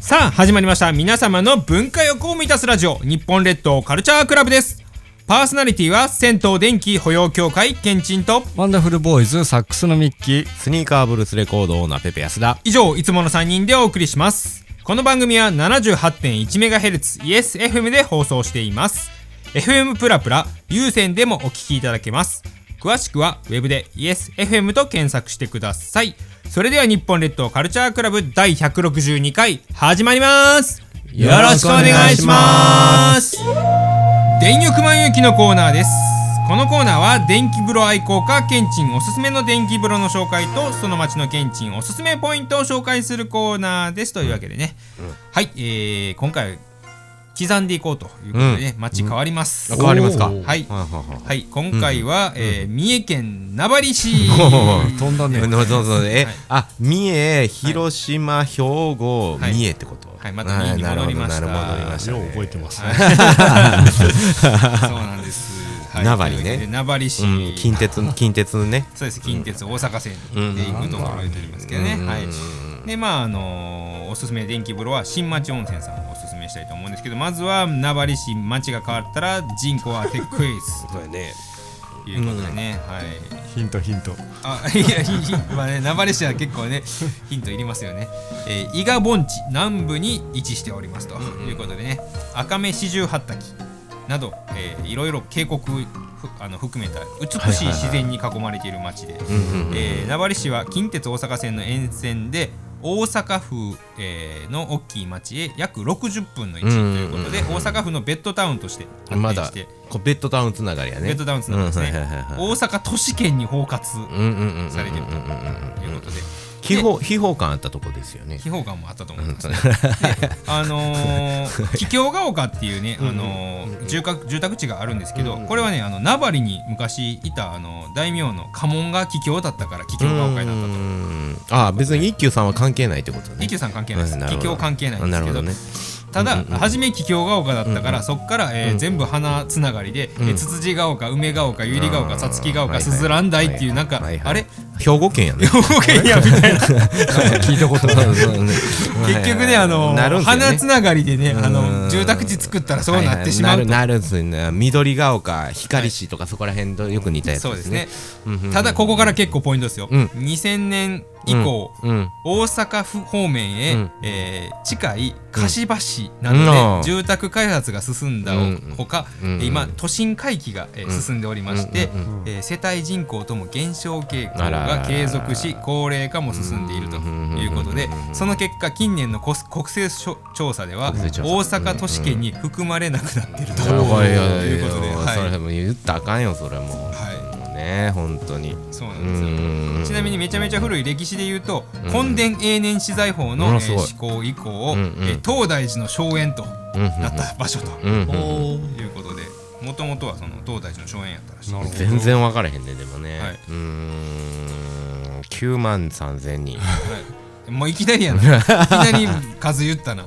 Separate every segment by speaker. Speaker 1: さあ始まりました皆様の文化欲を満たすラジオ日本列島カルチャークラブですパーソナリティは銭湯電気保養協会けんちんと
Speaker 2: ワンダフルボーイズサックスのミッキー
Speaker 3: スニーカーブルースレコードオーナーペペ安田。
Speaker 1: 以上いつもの3人でお送りしますこの番組は 78.1MHz イエス FM で放送しています FM プラプラ有線でもお聞きいただけます詳しくはウェブでイエス FM と検索してくださいそれでは日本列島カルチャークラブ第162回始まりますよろしくお願いします電力満有機のコーナーですこのコーナーは電気風呂愛好家ケンチンおすすめの電気風呂の紹介とその町のケンチンおすすめポイントを紹介するコーナーですというわけでね、はい、えー、今回は刻んでいこうということでね、町変わります、
Speaker 3: 変わりますか。
Speaker 2: おー
Speaker 1: はい、
Speaker 3: はは
Speaker 1: はい、今回は、えー三重県名張市
Speaker 2: 飛んだね
Speaker 3: そうそうそうえ
Speaker 1: はい、
Speaker 3: あ、三重、広島、兵庫、
Speaker 1: はい
Speaker 3: 三重ってこと。
Speaker 1: はいまた三重に戻りました
Speaker 3: あーなるほどなるほど戻りました
Speaker 2: よう
Speaker 3: ね。
Speaker 2: 覚えてますね
Speaker 1: そう なんです、はい
Speaker 3: 名張
Speaker 1: とい
Speaker 3: ね
Speaker 1: うわけで名張市、
Speaker 3: うん、近鉄、 近鉄のね。
Speaker 1: そうです近鉄大阪線で行くところになりますけどね、
Speaker 3: うん
Speaker 1: はい
Speaker 3: うん
Speaker 1: でまああのーおすすめ電気風呂は新町温泉さんをおすすめしたいと思うんですけどまずは名張市町が変わったら人口はテックイズ
Speaker 3: そうやね。
Speaker 1: ということでね、はい
Speaker 2: ヒントヒント
Speaker 1: あいやヒントまあね名張市は結構ねヒントいりますよね、えー伊賀盆地南部に位置しておりますということでね赤目四十八滝など、えーいろいろ渓谷ふあの含めた美しい自然に囲まれている町で、えー名張市は近鉄大阪線の沿線で大阪府、えーの大きい町へ約60分の位置ということで、大阪府のベッドタウンとして発
Speaker 3: ま
Speaker 1: 展
Speaker 3: だ
Speaker 1: して、、
Speaker 3: こうベッドタウンつながりやね。
Speaker 1: ベッドタウンつながりですね、
Speaker 3: うんはいはいはいはい
Speaker 1: 大阪都市圏に包括
Speaker 3: うんうんうんうんうんうんうんうん。
Speaker 1: されてるということで、
Speaker 3: 秘宝、秘宝館あったとこですよね。
Speaker 1: 秘宝館もあったと思います、ね。であの ー、桔梗が丘っていうね、あのー、住宅住宅地があるんですけど、これはね、あの名張に昔いたあの大名の家紋が桔梗だったから桔梗が丘になったと。
Speaker 3: ん。あー、別に一休さんは関係ないってことね。
Speaker 1: 一休さん関係ないです。
Speaker 3: うんる
Speaker 1: 桔
Speaker 3: ほど
Speaker 1: 梗関係ないん
Speaker 3: あ
Speaker 1: で
Speaker 3: な
Speaker 1: す
Speaker 3: る
Speaker 1: けど
Speaker 3: ほど。ね。
Speaker 1: ただ、初め桔梗が丘だったから、そこから、えー全部花つながりで、えーつつじが丘、梅が丘、ゆりが丘、さつきが
Speaker 3: は
Speaker 1: 丘、
Speaker 3: い
Speaker 1: すずらん台っていう、なんか、
Speaker 3: はいはい
Speaker 1: あれ、
Speaker 3: 兵庫県や ね。
Speaker 1: 兵庫県やみたいな。
Speaker 3: 聞いた ことない。結
Speaker 1: 結局ね、あの
Speaker 3: なるんすよね
Speaker 1: 花つながりでね、あ
Speaker 3: う
Speaker 1: の
Speaker 3: ん
Speaker 1: 住宅地作ったらそうなってしま
Speaker 3: は
Speaker 1: う
Speaker 3: いはい
Speaker 1: と。
Speaker 3: なるなるんですよね緑が丘光市とかそこら辺とよく似たやつ
Speaker 1: そう
Speaker 3: で
Speaker 1: ですす
Speaker 3: ね
Speaker 1: ね。ただここから結構ポイントですよ。
Speaker 3: うん
Speaker 1: 2000年以降、
Speaker 3: うん
Speaker 1: 大阪府方面へ、
Speaker 3: うん
Speaker 1: えー近い柏市などで、
Speaker 3: うん
Speaker 1: 住宅開発が進んだ
Speaker 3: うん
Speaker 1: ほか、
Speaker 3: うん
Speaker 1: 今都心回帰が、えー進んでおりまして、
Speaker 3: うん
Speaker 2: うん
Speaker 1: えー世帯人口とも減少傾向
Speaker 3: あらら
Speaker 1: が
Speaker 3: ら
Speaker 1: 継続し高齢化も進んでいるということで
Speaker 3: うん
Speaker 1: その結果近年の国国勢調調査では
Speaker 3: 国
Speaker 1: 大
Speaker 3: 勢調査
Speaker 1: 阪都市圏に含まれなくなっていると
Speaker 3: すごいよ
Speaker 1: いうことで、はい
Speaker 3: それもう言ったらあかんよそれももうね本当に
Speaker 1: そうな
Speaker 3: うん
Speaker 1: ですよ。
Speaker 3: ん
Speaker 1: ちなみにめちゃめちゃ古い歴史で言うと、本殿永年資材法の、
Speaker 3: うん
Speaker 1: えー
Speaker 3: すごい
Speaker 1: 施行以降、
Speaker 3: うんうん
Speaker 1: えー東大寺の荘園と
Speaker 3: うんうん
Speaker 1: なった場所と、
Speaker 3: うんうん
Speaker 1: いうことでもともとはその東大寺の荘園やったらしい
Speaker 2: なるほど
Speaker 3: 全然分からへんねでもね
Speaker 1: はいう
Speaker 3: ーん9万3000人
Speaker 1: はい、もういきなりやない きなり数言ったな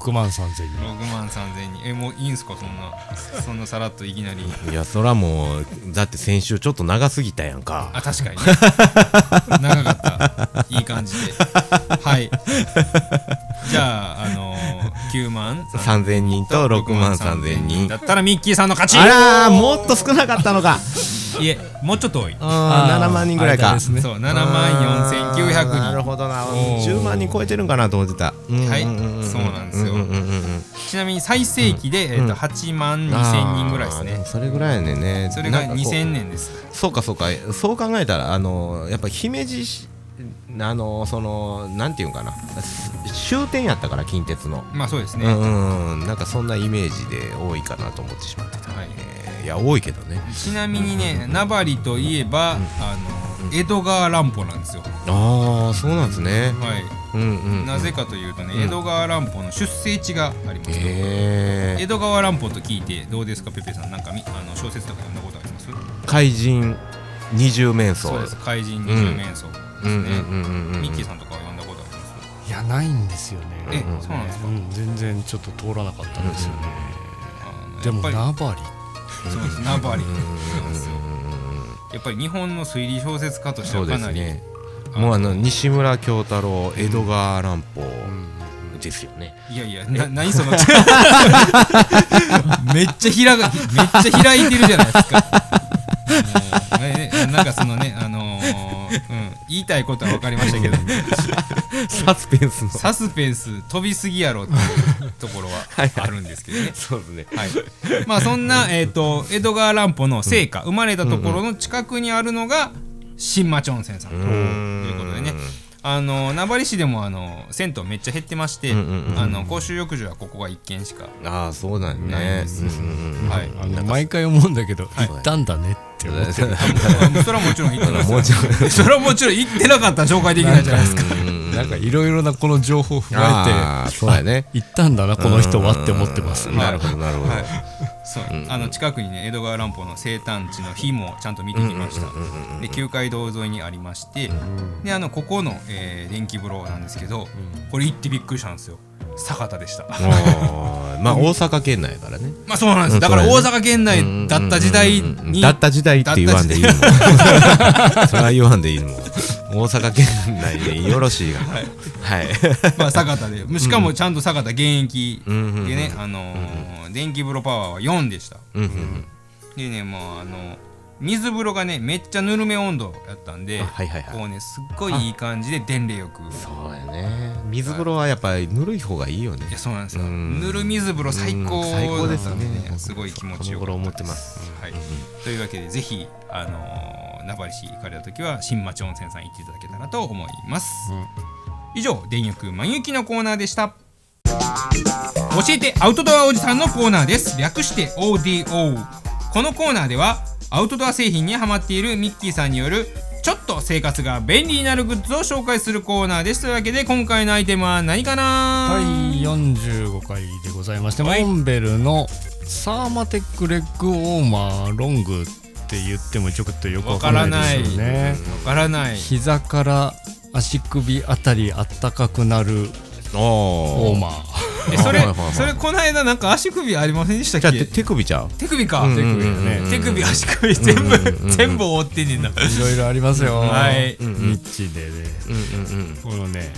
Speaker 2: 6万3千人
Speaker 1: 6万3000人えもういいんすかそんなそんなさらっといきなり
Speaker 3: いやそらもうだって先週ちょっと長すぎたやんか
Speaker 1: あ確か にね長かったいい感じではいじゃああのー、9万
Speaker 3: 3000人と6万3000人
Speaker 1: だったらミッキーさんの勝ち
Speaker 3: あらーもっと少なかったのか
Speaker 1: いえもうちょっと多い
Speaker 3: あー7万人ぐらい
Speaker 2: あ
Speaker 3: か
Speaker 2: れですね
Speaker 1: そう7万4900人
Speaker 3: なるほどな
Speaker 1: おー
Speaker 3: 10万人超えてるんかなと思ってた
Speaker 1: は
Speaker 3: はい
Speaker 1: そうなんですよちなみに最盛期で、えー、と8万2000人ぐらいですね
Speaker 3: それぐらいやねんね
Speaker 1: それが
Speaker 3: なんかこう
Speaker 1: 2000年です
Speaker 3: そうかそうかそう考えたらあのやっぱ姫路市あのそのなんていうんかな終点やったから近鉄の
Speaker 1: まあそうです
Speaker 3: う
Speaker 1: ね、
Speaker 3: んうんうんなんかそんなイメージで多いかなと思ってしまってた
Speaker 1: はい
Speaker 3: えーいや多いけどね
Speaker 1: ちなみにね名張といえば、あの江戸川乱歩なんですよ、
Speaker 3: ああそうなんですね
Speaker 1: はい
Speaker 3: うんうん
Speaker 1: なぜかというとね、
Speaker 3: うん
Speaker 1: 江戸川乱歩の出生地があります、
Speaker 3: え
Speaker 1: 江戸川乱歩と聞いてどうですかペペさんなんかみあの小説とか読んだことあります
Speaker 3: ー怪人二重面相
Speaker 1: です怪人二十面相ですね、
Speaker 3: うんうんうんうんうん
Speaker 1: ミッキーさんとかは読んだことあります
Speaker 2: いやないんですよね
Speaker 1: え、そうなんですか
Speaker 2: うん全然ちょっと通らなかったんですよね
Speaker 1: あの
Speaker 2: で
Speaker 1: や
Speaker 2: も
Speaker 1: っぱり
Speaker 2: ナバリ
Speaker 1: そうですナバリなんですよやっぱり日本の推理小説家として
Speaker 3: そ
Speaker 1: は
Speaker 3: うで
Speaker 1: か
Speaker 3: す
Speaker 1: なり
Speaker 3: ねもうあの西村京太郎江戸川乱歩、ですよね
Speaker 1: いやいや、な、何 その。めっちゃ開が、めっちゃ開いてるじゃないです か。もうねねなんかそのね、あのーうん、言いたいことは分かりましたけど、
Speaker 3: サスペンスの
Speaker 1: サスペンス飛びすぎやろっていうところ はあるんですけどね。
Speaker 3: そうですね
Speaker 1: はい、まあそんな、えー、と江戸川乱歩の生家、生まれたところの近くにあるのが新町温泉さんということでねあの名張市でもあの銭湯めっちゃ減ってまして、
Speaker 3: うんうんうん
Speaker 1: あの公衆浴場はここが1軒しか、
Speaker 3: ああそうなんや
Speaker 1: ない
Speaker 3: ね
Speaker 1: です
Speaker 3: うんうんうん
Speaker 1: はい、
Speaker 2: あの毎回思うんだけど、行ったんだねって思ってる、
Speaker 1: それはもちろん行ってないですそれはもちろん行ってなかったら紹介できないじゃないですか
Speaker 3: うん
Speaker 2: なんかいろいろなこの情報を踏ま
Speaker 3: あ
Speaker 2: え
Speaker 3: ー
Speaker 2: て
Speaker 3: そうやね
Speaker 2: 行ったんだなこの人はって思ってます、
Speaker 3: なるほどなるほど
Speaker 1: はいそうあの近くにね江戸川乱歩の生誕地の日もちゃんと見てきましたで旧街道沿いにありましてであのここの、えー電気風呂なんですけどこれ行ってびっくりしたんですよ酒田でした
Speaker 3: あーまあ大阪県内やからね
Speaker 1: まあそうなんで
Speaker 3: う
Speaker 1: す
Speaker 3: ん
Speaker 1: だから
Speaker 3: そう
Speaker 1: 大
Speaker 3: だ
Speaker 1: 阪県内だった時代に
Speaker 3: だった時代って言わんでい いもんそれは言わんでいいもん大阪県内でよろしいがなはい
Speaker 1: まあ坂田でしかもちゃんと坂田現役で
Speaker 3: うんうん
Speaker 1: ね、あのー電気風呂パワーは4でした
Speaker 3: うんうん
Speaker 1: でねもうあの水風呂がねめっちゃぬるめ温度やったんで、
Speaker 3: あはいはいはい
Speaker 1: こうねすっごいいい感じで電力浴
Speaker 3: そうやね水風呂はやっぱりぬるい方がいいよね
Speaker 1: いやそうなんですよ
Speaker 3: うん
Speaker 1: ぬる水風呂最高
Speaker 3: うん最高です
Speaker 1: だ
Speaker 3: よ
Speaker 1: ったんで
Speaker 3: ね
Speaker 1: ねすごい気持ちよ
Speaker 3: こ
Speaker 1: か
Speaker 3: の頃
Speaker 1: っ
Speaker 3: 思ったて
Speaker 1: で
Speaker 3: ますす
Speaker 1: はい、というわけでぜひあのー名張市行かれた時は新町温泉さん行っていただけたらと思います、以上「電浴満雪」のコーナーでした教えてアウトドアおじさんのコーナーです略して ODO このコーナーではアウトドア製品にハマっているミッキーさんによるちょっと生活が便利になるグッズを紹介するコーナーですというわけで今回のアイテムは何かな
Speaker 2: 第45回でございまして、モンベルのサーマテックレッグウォーマーロングって言ってもちょっとよくわからないですよね
Speaker 1: わからない
Speaker 2: 膝から足首あたりあったかくなるウ
Speaker 3: お
Speaker 2: ォー
Speaker 3: お
Speaker 2: マー
Speaker 1: えそれ
Speaker 3: はいはいはいはい
Speaker 1: それこの間なんか足首ありませんでしたっ
Speaker 3: じゃあ
Speaker 1: け
Speaker 3: 手手首ちゃう
Speaker 1: 手首か、
Speaker 3: うんうん
Speaker 2: 首ね
Speaker 1: 手首足首全部、全部覆ってんねんな、
Speaker 2: いろいろありますよ、
Speaker 1: はい
Speaker 2: ニッチでね
Speaker 3: うんうんうん
Speaker 2: このね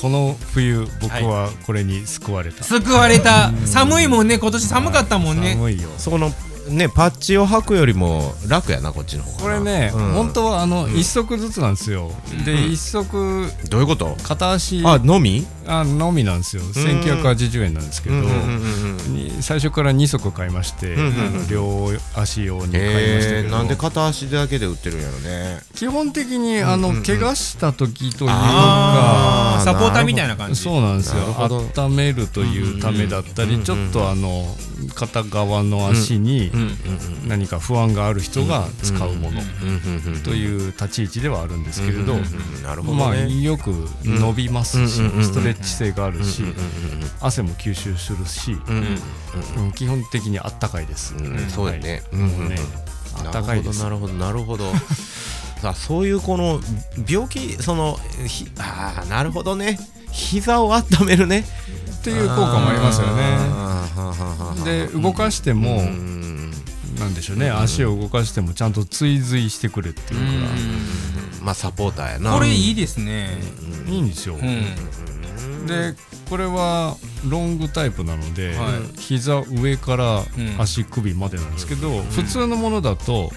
Speaker 2: この冬僕はこれに救われた、
Speaker 1: 救われた寒いもんね今年寒かったもんね、
Speaker 2: 寒いよ
Speaker 3: そこのねパッチを履くよりも楽やなこっちの方
Speaker 2: こ
Speaker 3: が
Speaker 2: れ
Speaker 3: な
Speaker 2: ね、
Speaker 3: うん
Speaker 2: 本当はあの一足ずつなんですよ、で一足
Speaker 3: どういうこと
Speaker 2: 片足
Speaker 3: あのみ
Speaker 2: あのみなんですよ1980円なんですけど、に最初から2足買いまして、
Speaker 3: んうんうん
Speaker 2: 両足用に買いましたけ
Speaker 3: え
Speaker 2: ど、
Speaker 3: ー、なんで片足だけで売ってるんやろね
Speaker 2: 基本的にあの、怪我した時というか
Speaker 1: あー
Speaker 3: あー
Speaker 1: サポーターみたいな感じ
Speaker 2: そうなんですよ
Speaker 3: なるほど
Speaker 2: 温めるというためだったり、ちょっとあの片側の足に何か不安がある人が使うもの
Speaker 3: うんうんうん
Speaker 2: という立ち位置ではあるんですけれど、
Speaker 3: うんなるほどね、
Speaker 2: まあ、よく伸びますし、
Speaker 3: うんうんうんうん
Speaker 2: ストレッチ性があるし、汗も吸収するし、
Speaker 3: うん
Speaker 2: うん基本的にあったかいです。
Speaker 3: うんうんそうだね,、うんうん
Speaker 2: ねあったかいです。
Speaker 3: なるほどなるほど なるほどさあそういうこの病気そのひああなるほどね膝を温めるね
Speaker 2: っていう効果もありますよね。
Speaker 3: あーはははは
Speaker 2: で動かしても、
Speaker 3: うん
Speaker 2: なんでしょうね足を動かしてもちゃんと追随してくれっていう
Speaker 1: う
Speaker 2: か
Speaker 1: ん
Speaker 3: まあサポーターやな
Speaker 1: これいいですね
Speaker 2: らいいんですよ。
Speaker 1: うん、
Speaker 2: でこれはロングタイプなので、
Speaker 1: は
Speaker 2: 膝上から
Speaker 1: ん
Speaker 2: 足首までなんですけど、普通のものだと、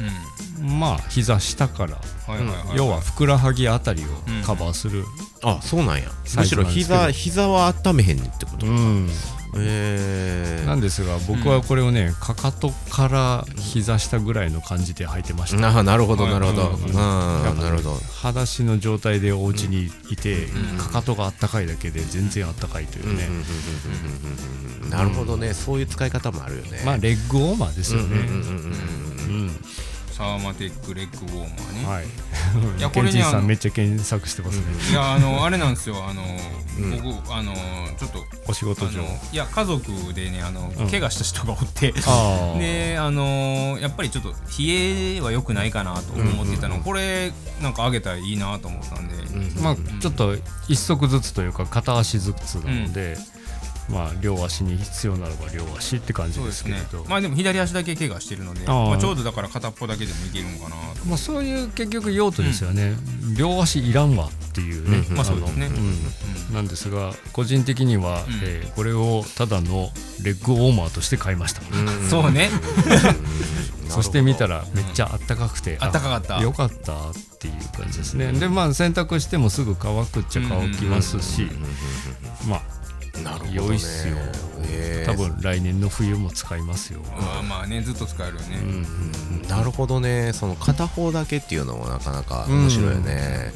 Speaker 2: まあ膝下から、
Speaker 1: はいはいはい
Speaker 2: 要はふくらはぎあたりをカバーする、
Speaker 3: あそうなんや
Speaker 2: サ
Speaker 3: む
Speaker 2: イ
Speaker 3: し
Speaker 2: ズ
Speaker 3: ろ
Speaker 2: なんですけど
Speaker 3: 膝膝は温めへんってこと
Speaker 2: うん
Speaker 3: ええ
Speaker 2: なんですが僕はこれをね、かかとから膝下ぐらいの感じで履いてました、
Speaker 3: ななるほどなるほど、
Speaker 1: はい
Speaker 3: うん
Speaker 2: やっぱ
Speaker 3: なるほど
Speaker 2: 裸足の状態でお家にいて、かかとがあったかいだけで全然あったかいというね、
Speaker 3: なるほどね、そういう使い方もあるよね
Speaker 2: まあレッグウォーマーですよね、うん
Speaker 1: サーマテックレッグウォーマーね、
Speaker 2: はい
Speaker 1: いやこれ
Speaker 2: ケン
Speaker 1: ね
Speaker 2: ジンさ
Speaker 1: あの
Speaker 2: んめっちゃ検索してますね、
Speaker 1: い、やあのあれなんですよあの、僕あのちょっと
Speaker 2: お仕事
Speaker 1: あ
Speaker 2: 上
Speaker 1: のいや家族でねあの、
Speaker 2: ん
Speaker 1: 怪我した人がおって
Speaker 2: あー
Speaker 1: であのーやっぱりちょっと冷えは良くないかなと思ってたの、これなんかあげたらいいなと思ってたんで、
Speaker 2: まあちょっと一足ずつというか片足ずつなので、まあ両足に必要ならば両足って感じですけれど、
Speaker 1: まあでも左足だけ怪我してるので
Speaker 2: あー
Speaker 1: まあ、ちょうどだから片っぽだけでもいけるんかなと
Speaker 2: まあ、そういう結局用途ですよね、両足いらんわっていうね、
Speaker 1: まあそうですね
Speaker 2: のうんなんですが個人的には、えーこれをただのレッグウォーマーとして買いました、
Speaker 1: そうね
Speaker 2: そして見たらめっちゃあったかくて、
Speaker 1: あったかかった
Speaker 2: あよかったっていう感じですねでまあ洗濯してもすぐ乾くっちゃ乾きますし、まあ
Speaker 3: なるほど、ね、
Speaker 2: 良いっすよ
Speaker 3: へえ
Speaker 2: 多分来年の冬も使いますよ、
Speaker 1: まあまあねずっと使えるよね、
Speaker 3: なるほどねその片方だけっていうのもなかなか面白いよね、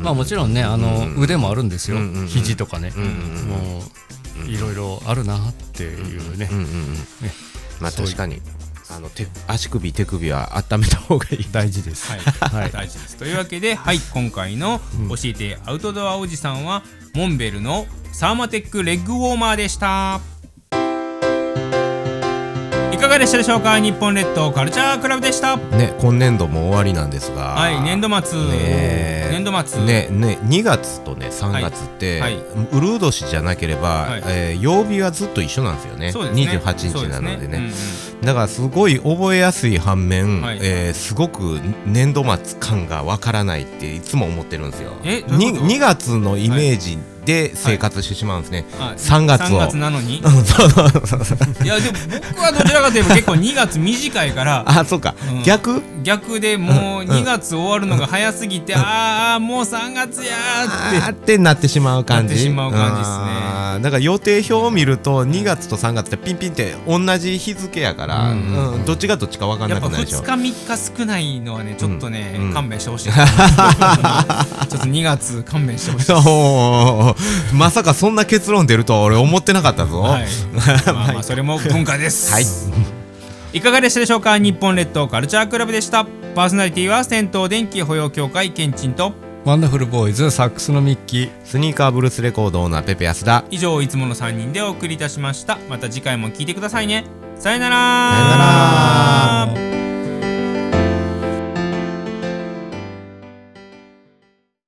Speaker 2: まあもちろんねあの、腕もあるんですよ、
Speaker 3: うんうんうん
Speaker 2: 肘とかね、もういろいろあるなっていうね、
Speaker 3: うんうんうん
Speaker 2: ね
Speaker 3: まあ
Speaker 2: そういう
Speaker 3: 確かにあの手足首手首は温めた方がいい
Speaker 2: 大事です、
Speaker 1: はい、
Speaker 2: い
Speaker 1: 大事です。というわけで、はい、今回の教えてアウトドアおじさんは、モンベルのサーマテックレッグウォーマーでした。いかがでしたでしょうか日本列島カルチャークラブでした。
Speaker 3: ね今年度も終わりなんですが
Speaker 1: はい、年度末、
Speaker 3: ね
Speaker 1: 年度末、
Speaker 3: ねね2月とね3月って、
Speaker 1: はいは
Speaker 3: ウルー年じゃなければ、
Speaker 1: はい
Speaker 3: えー曜日はずっと一緒なんですよね
Speaker 1: そうですね
Speaker 3: 28日なのでね
Speaker 1: そうす
Speaker 3: だからすごい覚えやすい反面、
Speaker 1: はい
Speaker 3: えーすごく年度末感がわからないっていつも思ってるんですよ
Speaker 1: えどういうこ
Speaker 3: に
Speaker 1: と
Speaker 3: 2月のイメージで生活してしまうんですね、
Speaker 1: うんうんあ
Speaker 3: 3月
Speaker 1: 3
Speaker 3: を
Speaker 1: 月なのに
Speaker 3: そうそうそうそう
Speaker 1: いやでも僕はどちらかといえば結構2月短いから
Speaker 3: あそうか、
Speaker 1: うん
Speaker 3: 逆
Speaker 1: 逆でもう2月終わるのが早すぎて、ああもう3月やーって
Speaker 3: あーってなってしまう感じ
Speaker 1: なってしまう感じっすね
Speaker 3: あーだから予定表を見ると2月と3月ってピンピンって同じ日付やから、
Speaker 2: う
Speaker 3: うん
Speaker 2: うん
Speaker 3: どっちがどっちか分かん
Speaker 1: や
Speaker 3: な
Speaker 1: っぱ
Speaker 3: くないでしょ
Speaker 1: 2日3日少ないのはねちょっとね、
Speaker 3: うん
Speaker 1: 勘弁してほ しいちょっと2月勘弁してほしい
Speaker 3: そう まさかそんな結論出るとは俺思ってなかったぞ、
Speaker 1: はい、まあまあそれも文化です、
Speaker 3: はい、
Speaker 1: いかがでしたでしょうか日本列島カルチャークラブでしたパーソナリティは銭湯電気保養協会ケンチンと
Speaker 2: ワンダフルボーイズサックスのミッキー
Speaker 3: スニーカーブルースレコードオーナーペペ安田
Speaker 1: 以上いつもの3人でお送りいたしましたまた次回も聞いてくださいねさよなら
Speaker 3: さよなら